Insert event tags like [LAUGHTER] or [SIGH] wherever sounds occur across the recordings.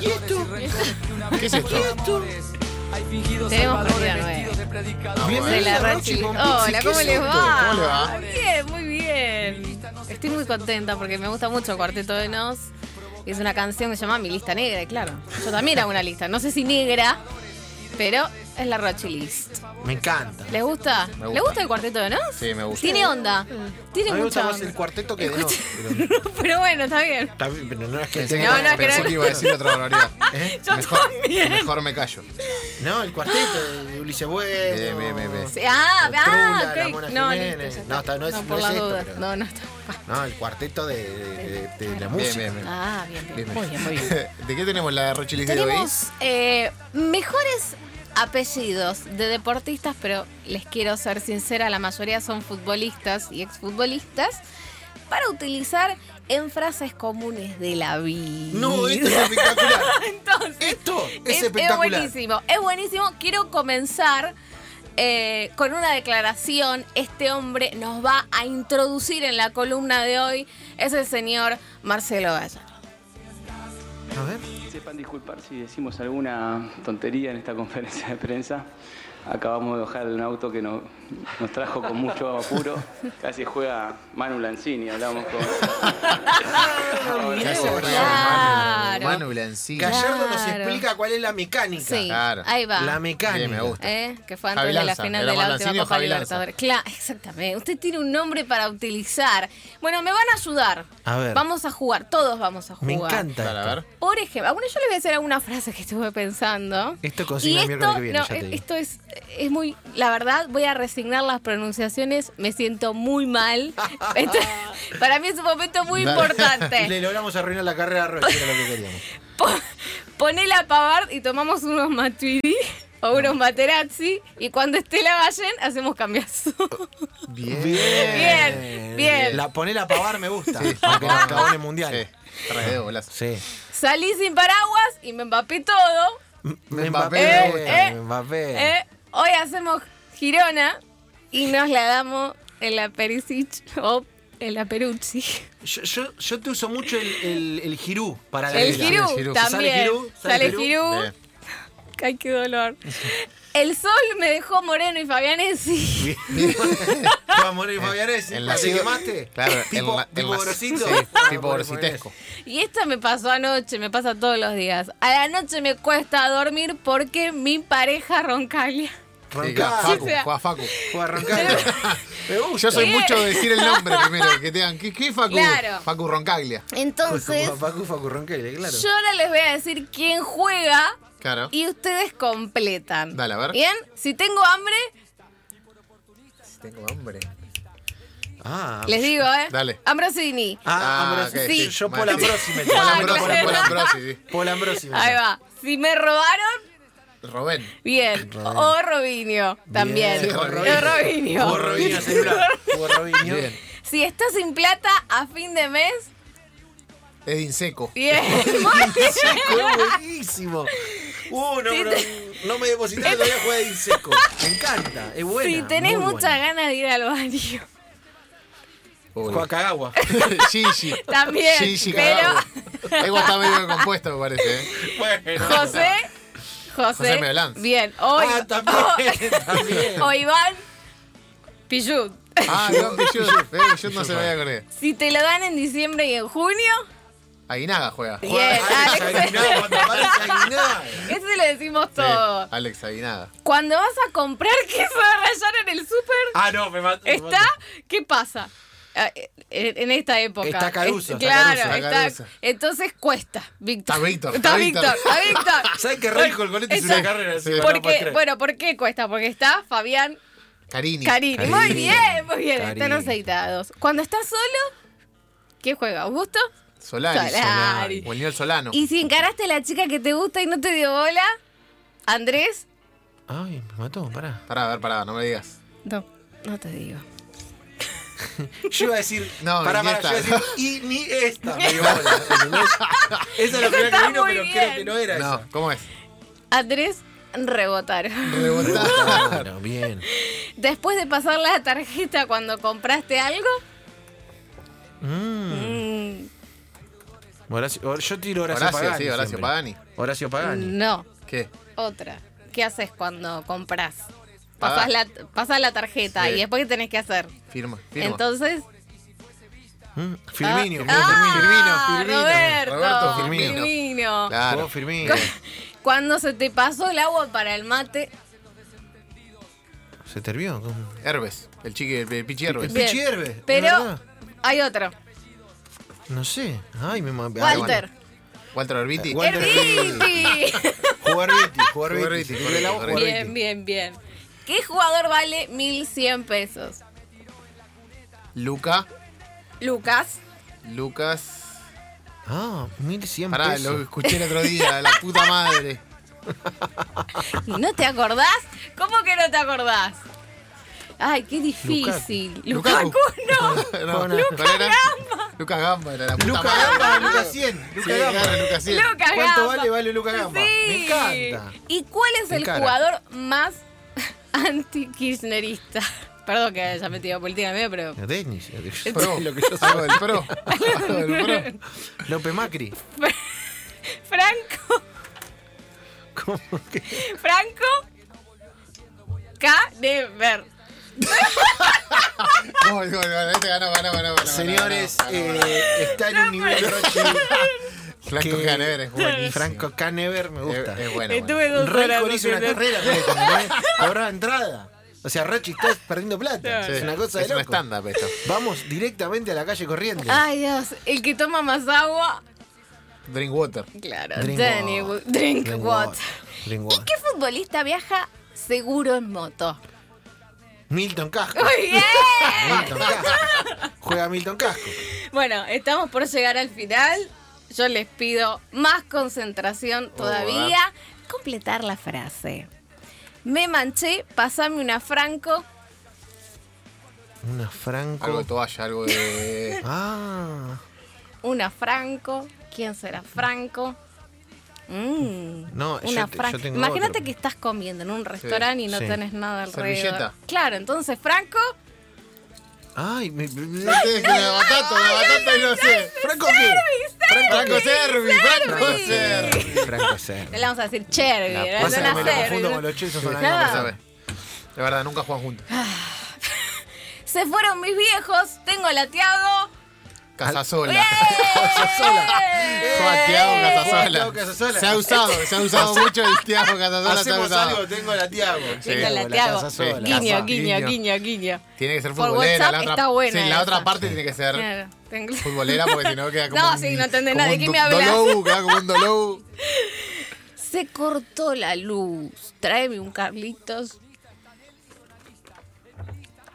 esto? ¿Qué es esto? ¿Qué es esto? Tenemos comida nueva. De la Rachi. Hola, ¿cómo les va? ¿Cómo le va? Bien, muy bien. Estoy muy contenta porque me gusta mucho Cuarteto de Nos. Y Es una canción que se llama Mi Lista Negra, y claro. Yo también hago una lista. No sé si negra, pero es la Rachi List. Me encanta. ¿Les gusta? Me gusta. ¿Les gusta el Cuarteto de Nos? Sí, me gusta. Tiene onda. Tiene A mí me gusta mucha más onda. el cuarteto que de no. Pero, [LAUGHS] pero bueno, está bien. está bien, pero no es que [LAUGHS] Pensé, No, que, tenga- no, es que pensé no- que iba a decir otra [LAUGHS] barbaridad. ¿Eh? Yo mejor, también. mejor me callo. [LAUGHS] No, el cuarteto de Ulises Bueno. Bien, bien, bien, bien. Sí, ah, La ah, Trula, la ok. Mona No, Jiménez. listo, ya está. No, está- no es- no por es las esto, dudas. pero- No, no está. No, el cuarteto de, de- de- de la música. Bien, bien, bien. Ah, bien, bien. Bien, Muy bien, muy bien. ¿De qué tenemos la Rochilis de hoy? Tenemos eh, mejores apellidos de deportistas, pero les quiero ser sincera, la mayoría son futbolistas y exfutbolistas, para utilizar en frases comunes de la vida. [LAUGHS] No, esto es espectacular. Entonces, Esto es, espectacular. buenísimo, es buenísimo. Quiero comenzar eh, con una declaración. Este hombre nos va a introducir en la columna de hoy. Es el señor Marcelo Gallardo. A ver. Sepan disculpar si decimos alguna tontería en esta [LAUGHS] conferencia de prensa. Acabamos de bajar de un auto que no- nos trajo con mucho apuro. Casi juega Manu Lanzini, hablamos con... Ya se Claro. perdió Claro. Manu, Manu Lancini. Calla- Gallardo nos Claro. explica cuál es la mecánica. Sí, Claro. ahí va. La mecánica. Ah, Bien, me gusta. ¿Eh? Que fue antes Javi de la Lanza. final ¿Era de la Juan última Lanzini o Copa Javi Lanza? Libertadores. Claro, exactamente. Usted tiene un nombre para utilizar. Bueno, me van a ayudar. A ver. Vamos a jugar, todos vamos a Me jugar. encanta. Para esto. ver. Por ejemplo, bueno, yo les voy a decir alguna frase que estuve pensando. Esto cocina y el esto, miércoles que viene, no, ya te es- digo. esto es, es muy, la verdad, voy a resignar las pronunciaciones, me siento muy mal. [LAUGHS] Esto- para mí es un momento muy Dale. importante. Le logramos arruinar la carrera a Rochi, era lo que [LAUGHS] queríamos. Po- Ponele a Pavard y tomamos unos Matuidi o unos Materazzi y cuando esté la Vallen hacemos cambiazo. Bien. Bien, bien. La ponela a pavar me gusta. Sí. Ah, Aunque no acabó en el Sí, mundial. traje de bolas. Sí. [LAUGHS] Salí sin paraguas y me empapé todo. Mbappé, Mbappé, eh, Mbappé. ¿eh? Hoy hacemos Girona y nos la damos en la Perisic o en la Peruzzi. Yo, yo, yo te uso mucho el, el, el girú para la El vida. Girú. Girú Girú. también. Ah, Sale Girú, sale Sale Girú. Girú. Bien. Ay, [LAUGHS] qué dolor. El sol me dejó moreno y Fabianesi. [LAUGHS] Juan Moreno y Fabianesi. En ¿En la- la ¿Te quemaste? Claro, en tipo, la- en tipo la- Gorosito. Ah, sí, Juan tipo Moreno y gorositesco. Fabianesi. [LAUGHS] Y esta me pasó anoche, me pasa todos los días. A la noche me cuesta dormir porque mi pareja roncalia. Sí, Roncá. claro, Facu, Sí, o sea. juega Facu. Juega Roncaglia. Me gusta. Yo soy Sí. mucho de decir [LAUGHS] el nombre primero, que te digan, ¿qué, qué Facu? Claro. Facu Roncaglia. Entonces, Facu, Facu Roncaglia, claro. yo ahora les voy a decir quién juega Claro. y ustedes completan. Dale, a ver. Bien, si tengo hambre, Tengo hambre. Ah, les digo, ¿eh? Dale. Ambrosini. ah, Ah, Ambrosio. ok, sí. Yo Paul Vale, sí. Ambrosio me [LAUGHS] Ah, Ambro- claro. Paul Ambro- Paul Ambrosi, sí. Paul Ambrosio. Ahí va. Si me robaron, Robén. bien. O Robinho, también. Sí, O Robinho. Robinho. Hugo [LAUGHS] Robinho, segura. Hugo Robinho. Bien. Si estás sin plata a fin de mes, Edin Seco. bien. Muy [LAUGHS] [LAUGHS] bien. Fue buenísimo. Uh, no, Sí, no, no me depositaron todavía juega de seco. Me encanta, es bueno. Si tenés muchas ganas de ir al baño. Coacagua. Eh, [LAUGHS] Gigi. También, Gigi pero- Cagagua. Ego está medio compuesto, me parece. ¿eh? Bueno. José. José José. Meolán. Bien. Hoy. Ah, [LAUGHS] también, también. O Iván. Pillud. Ah, no, Pichu. eh, Yo no se me había acordado. Si te lo dan en diciembre y en junio. Aguinaga juega. Sí, Bien, Alex Alex. Aguinaga, cuando aparece Aguinaga. Ese lo decimos todo. Alex Aguinaga. Cuando vas a comprar queso de rayar en el súper, Ah, no, me mató. me mató. está. ¿Qué pasa? Ah, eh, En esta época. Está Caruso, está Es- Claro, Caruso, está está- Caruso. Entonces cuesta, Víctor. [LAUGHS] Está Víctor, Está está Víctor. Víctor. [LAUGHS] Está Víctor. ¿Sabes qué rico el colete es una Esa- carrera? así, Sí. no lo puedo Porque, creer. bueno, ¿por qué cuesta? Porque está Fabián Carini. Carini. Carini. Muy bien, muy bien. Carini. Están aceitados. Cuando estás solo, ¿qué juega? ¿Augusto? Solari. Solari. O el Niel Solano. Y si encaraste a la chica que te gusta y no te dio bola, Andrés. Ay, me mató, pará. Pará, a ver, pará, no me digas. No, no te digo. Yo iba a decir, No, pará, pará, Iniesta. yo iba a decir, y ni esta. Me dio bola, ¿entendés? Esa es la primera está que vino, muy pero bien. creo que no era No, ¿cómo es? Andrés rebotaron. Rebotar. esa. Bueno, bien. Después de pasar la tarjeta cuando compraste algo, Mm. mm, Horacio- Hor- yo tiro Horacio, Horacio, Pagani. sí, Horacio siempre. Pagani. Horacio Pagani. No, ¿Qué? otra. ¿Qué haces cuando compras? Pasas Pagás. la, pasás la tarjeta Ah. Sí. y después ¿qué tenés que hacer? Firma, firma. Entonces. Mm, Firmino. ¡Ah! Firmino, Roberto, Roberto Firmino. Firmino. Claro. claro. Firmino. Cuando se te pasó el agua para el mate, ¿Se te hervió? ¿Cómo? Herbes, el chiqui, el, el pichi Herbes. Bien. Pichi Herbes, ¿es pero verdad? Ah, hay otro. No sé. Ay, me ma- Ah, Walter. Walter Orbiti. Walter. ¡Herbiti! Jugar Viti, jugar Jugar Viti. Viti, Jugar el agua, correcto, jugar [LAUGHS] bien, Viti. bien, bien. ¿Qué jugador vale 1100 pesos? Luca, Lucas. Lucas. Ah, 1100 Pará, pesos. lo escuché el otro día, la puta madre. ¿Y no te acordás? ¿Cómo que no te acordás? Ay, qué difícil. Lucas Lukaku. [LAUGHS] no, Bueno, Lucas Gamba. Lucas Gamba era la puta Lucas madre. Gamba, Lucas 100. Sí, Lucas Gamba. agarra Lucas [LAUGHS] Cien. Lucas ¿Cuánto Gamba. vale? Vale Lucas Gamba. Me Sí. encanta. ¿Y cuál es Me el encara. jugador más [LAUGHS] anti-kirchnerista? Perdón que haya metido política en medio, pero Denis. eh, Pro, lo que yo hago del pro. Hago del pro. [LAUGHS] López Macri. Franco, [LAUGHS] ¿Cómo que? Franco Canever. Gol, gol, gol, este ganó, ganó, ganó, ganó, Señores, ganó, ganó, ganó. eh, está en un nivel Rochi. Franco que- Canever es buenísimo. Franco Canever me es, gusta. es bueno. Estuve bueno. dos horas. Rencor hizo una haciendo- carrera con esto, ¿entendés? Cobraba entrada. O sea, Rochi está perdiendo plata. Sí, Es una cosa de es un loco. stand-up esto. Vamos directamente a la calle corriente. Ay, Dios. El que toma más agua. Drink water. Claro, Drink Danny, water. drink, Drink water. water, drink ¿Y water. qué futbolista viaja seguro en moto? Milton Casco. Muy [LAUGHS] bien. Milton Casco. Juega Milton Casco. Bueno, estamos por llegar al final. Yo les pido más concentración todavía. Oh, ah. Completar la frase. Me manché, pasame una Franco. Una Franco. Algo de toalla, algo de. Ah, Una Franco. ¿Quién será Franco? Mm, No, yo una te- Fran- yo tengo Imagínate otro. que estás comiendo en un restaurante y no sí. tenés nada alrededor. Servilleta. Claro, entonces Franco. ay, me- No sé, que la batata, la batata y no sé. Franco qué? Franco Servi, Franco Servi. Servi. Franco Servi. Le vamos a decir Cherry. La ¿verdad? puta Pasa No que me lo nacer, confundo ¿no? con los chuzos, son la Sí. misma Claro. persona. Sabe. De verdad, nunca juegan juntos. Se fueron mis viejos. Tengo la Tiago. [LAUGHS] Casasola. ¡Eh! Juega Tiago Juega Thiago Casasola. Casasola. Se ha usado, se ha usado mucho el Tiago Casasola. Se ha Hacemos usado. algo, tengo la Tiago. Tengo la casa Tiago. sola. Guiño, Casa, guiño, guiño. guiño, guiño. Tiene que ser Por futbolera. La WhatsApp otra, está buena sí, la esa. otra parte tiene que ser Claro, tengo- futbolera porque si no queda como No, un, sí, no entendés como nada. ¿De un qué do- me hablas? dolou, queda como un dolou. [LAUGHS] Se cortó la luz. Tráeme un Carlitos.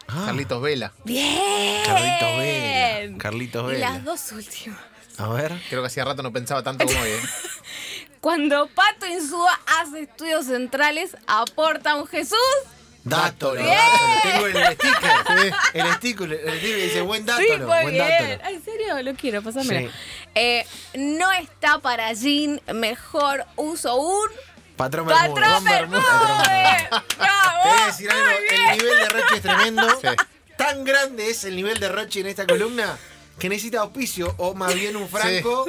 Ah, [LAUGHS] Carlitos Vela. Bien. Carlitos Vela. Carlitos Y Vela. las dos últimas. A ver. Creo que hacía rato no pensaba tanto como hoy. ¿eh? Cuando Pato Insúa hace estudios centrales, aporta un Jesús. Dátolo, Bien. dátolo. Tengo el sticker. Sí. El sticker, el sticker dice buen sí, dátolo, fue buen bien. dátolo. Ay, ¿En serio? Lo quiero, pásamelo. Sí. Eh, no está para Jean. Mejor uso un Patrón Bermúdez. patrón Bermúdez. Bermúdez. Te voy a ¡Bravo! decir algo, Muy bien. el nivel de Rochi es tremendo. Sí. Tan grande es el nivel de Rochi en esta columna que necesita auspicio o más bien un franco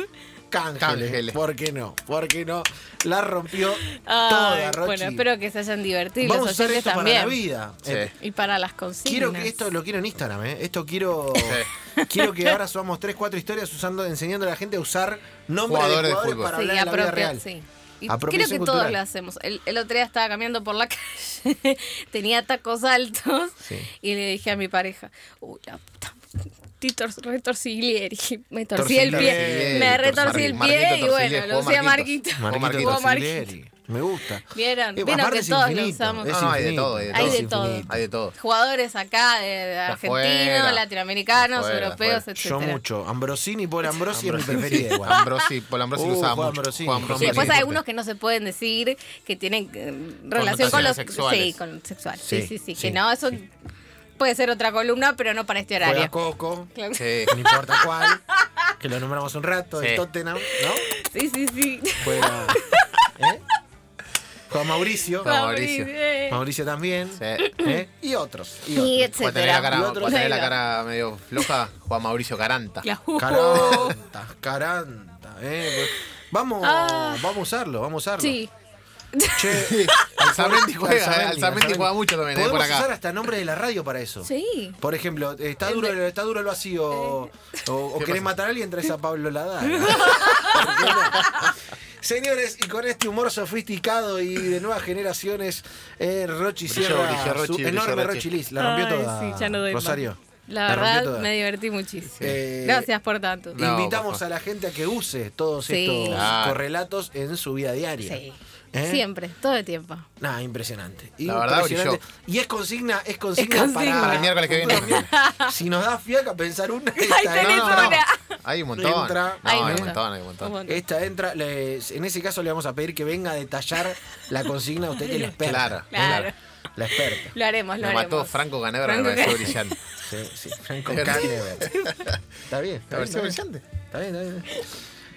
cángel. Cángele. ¿Por qué no? ¿Por qué no? La rompió Ay, toda, Rochi. bueno, espero que se hayan divertido. Vamos a los usar oyentes esto también. para la vida. Sí. [LAUGHS] Eh, Y para las consignas. Quiero que esto lo quiero en Instagram, ¿eh? Esto quiero [LAUGHS] quiero que ahora subamos 3 4 historias usando enseñando a la gente a usar nombres Jugadores de de jugadores fútbol. para Sí, hablar de la vida apropia- real. sí. Y creo Apropiación que cultural. todos lo hacemos. El, el otro día estaba caminando por la [LAUGHS] calle, tenía tacos altos Sí. y le dije a mi pareja, uy, la puta, estoy tor- [LAUGHS] retorcilieri". Me torcí el pie, Torcilieri, me torcilieri, retorcí el pie Marquito y bueno, Torcilieri, lo jugó usé a Marquitos. Marquito. Marquito Marquito Marquito. Torsileri. Me gusta. Eh, Vieron, vieron aparte que es todos lo infinito, usamos. es No, hay de infinito. todo, hay de Hay de Es todo. infinito. Hay de todo. Jugadores acá, de, de argentinos, afuera. latinoamericanos, Afuera, europeos, afuera. Yo etcétera. mucho. Ambrosini por Ambrosi es mi [LAUGHS] preferida igual. Ambrosi, Paul Ambrosi Uh, lo usaba Juan mucho. Ambrosini. Juan Y Ambrosini. después pues hay fuerte. algunos que no se pueden decir que tienen eh, relación con los Connotaciones sexuales. sí, con sexual. Sí, Sí, sí, sí, sí, que no, eso puede ser otra columna, pero no para este [LAUGHS] Juega horario. Coco. eh, Claro. Sí, Sí. No importa cuál. Que lo nombramos un rato. Sí. El Tottenham, ¿no? sí, sí. [LAUGHS] Juega. ¿Eh? Juega Mauricio. [LAUGHS] Juega Mauricio. Fabrice. Mauricio también. Sí. ¿Eh? Y otros. Y [LAUGHS] Y otros. Cuando tenés la cara, etcétera. cuando tenés la cara medio floja, Juan Mauricio Caranta. La- uh, Caranta, caranta. Mirá, eh, pues, vamos, Ah. vamos a usarlo, vamos a usarlo. Sí. [LAUGHS] Che, Alzamendi juega, eh, Alzamendi, Alzamendi juega mucho también, eh, por Podemos usar acá. hasta nombre de la radio para eso. Sí. Por ejemplo, eh, está duro, está duro el vacío. O, o querés matar a alguien, traes a Pablo Ladar. [LAUGHS] [LAUGHS] Señores, y con este humor sofisticado y de nuevas generaciones, eh, Rochi Brilló, cierra brilló Rochi, su brilló enorme Rochi. Rochi Liz. La rompió Ay, toda. sí, ya no doy más. Rosario. La rompió verdad, toda. me divertí muchísimo. Eh, Gracias por tanto. No, por Invitamos favor. a la gente a que use todos Sí. estos Claro. correlatos en su vida diaria. Sí. ¿Eh? Siempre, todo el tiempo. Nah, impresionante. La verdad, Impresionante. Y es consigna, es consigna, consigna. Para, Para el miércoles que viene. [LAUGHS] Si nos da fiaca pensar una. Ahí Esta, tenés entra. no. una. Hay un montón. Entra. No, Hay hay, un un montón. montón, hay un montón. Un montón. Esta entra, le- en ese caso le vamos a pedir que venga a detallar la consigna a usted que es la experta. Claro, Claro. claro. La experta. Lo haremos, lo Me haremos. mató Franco Canebra, me Franco pareció Canebra. brillante. Sí, sí. Franco Es verdad. Candever. Está bien, [LAUGHS] Me [LAUGHS] está bien. Está pareció bien, brillante. está bien, está bien.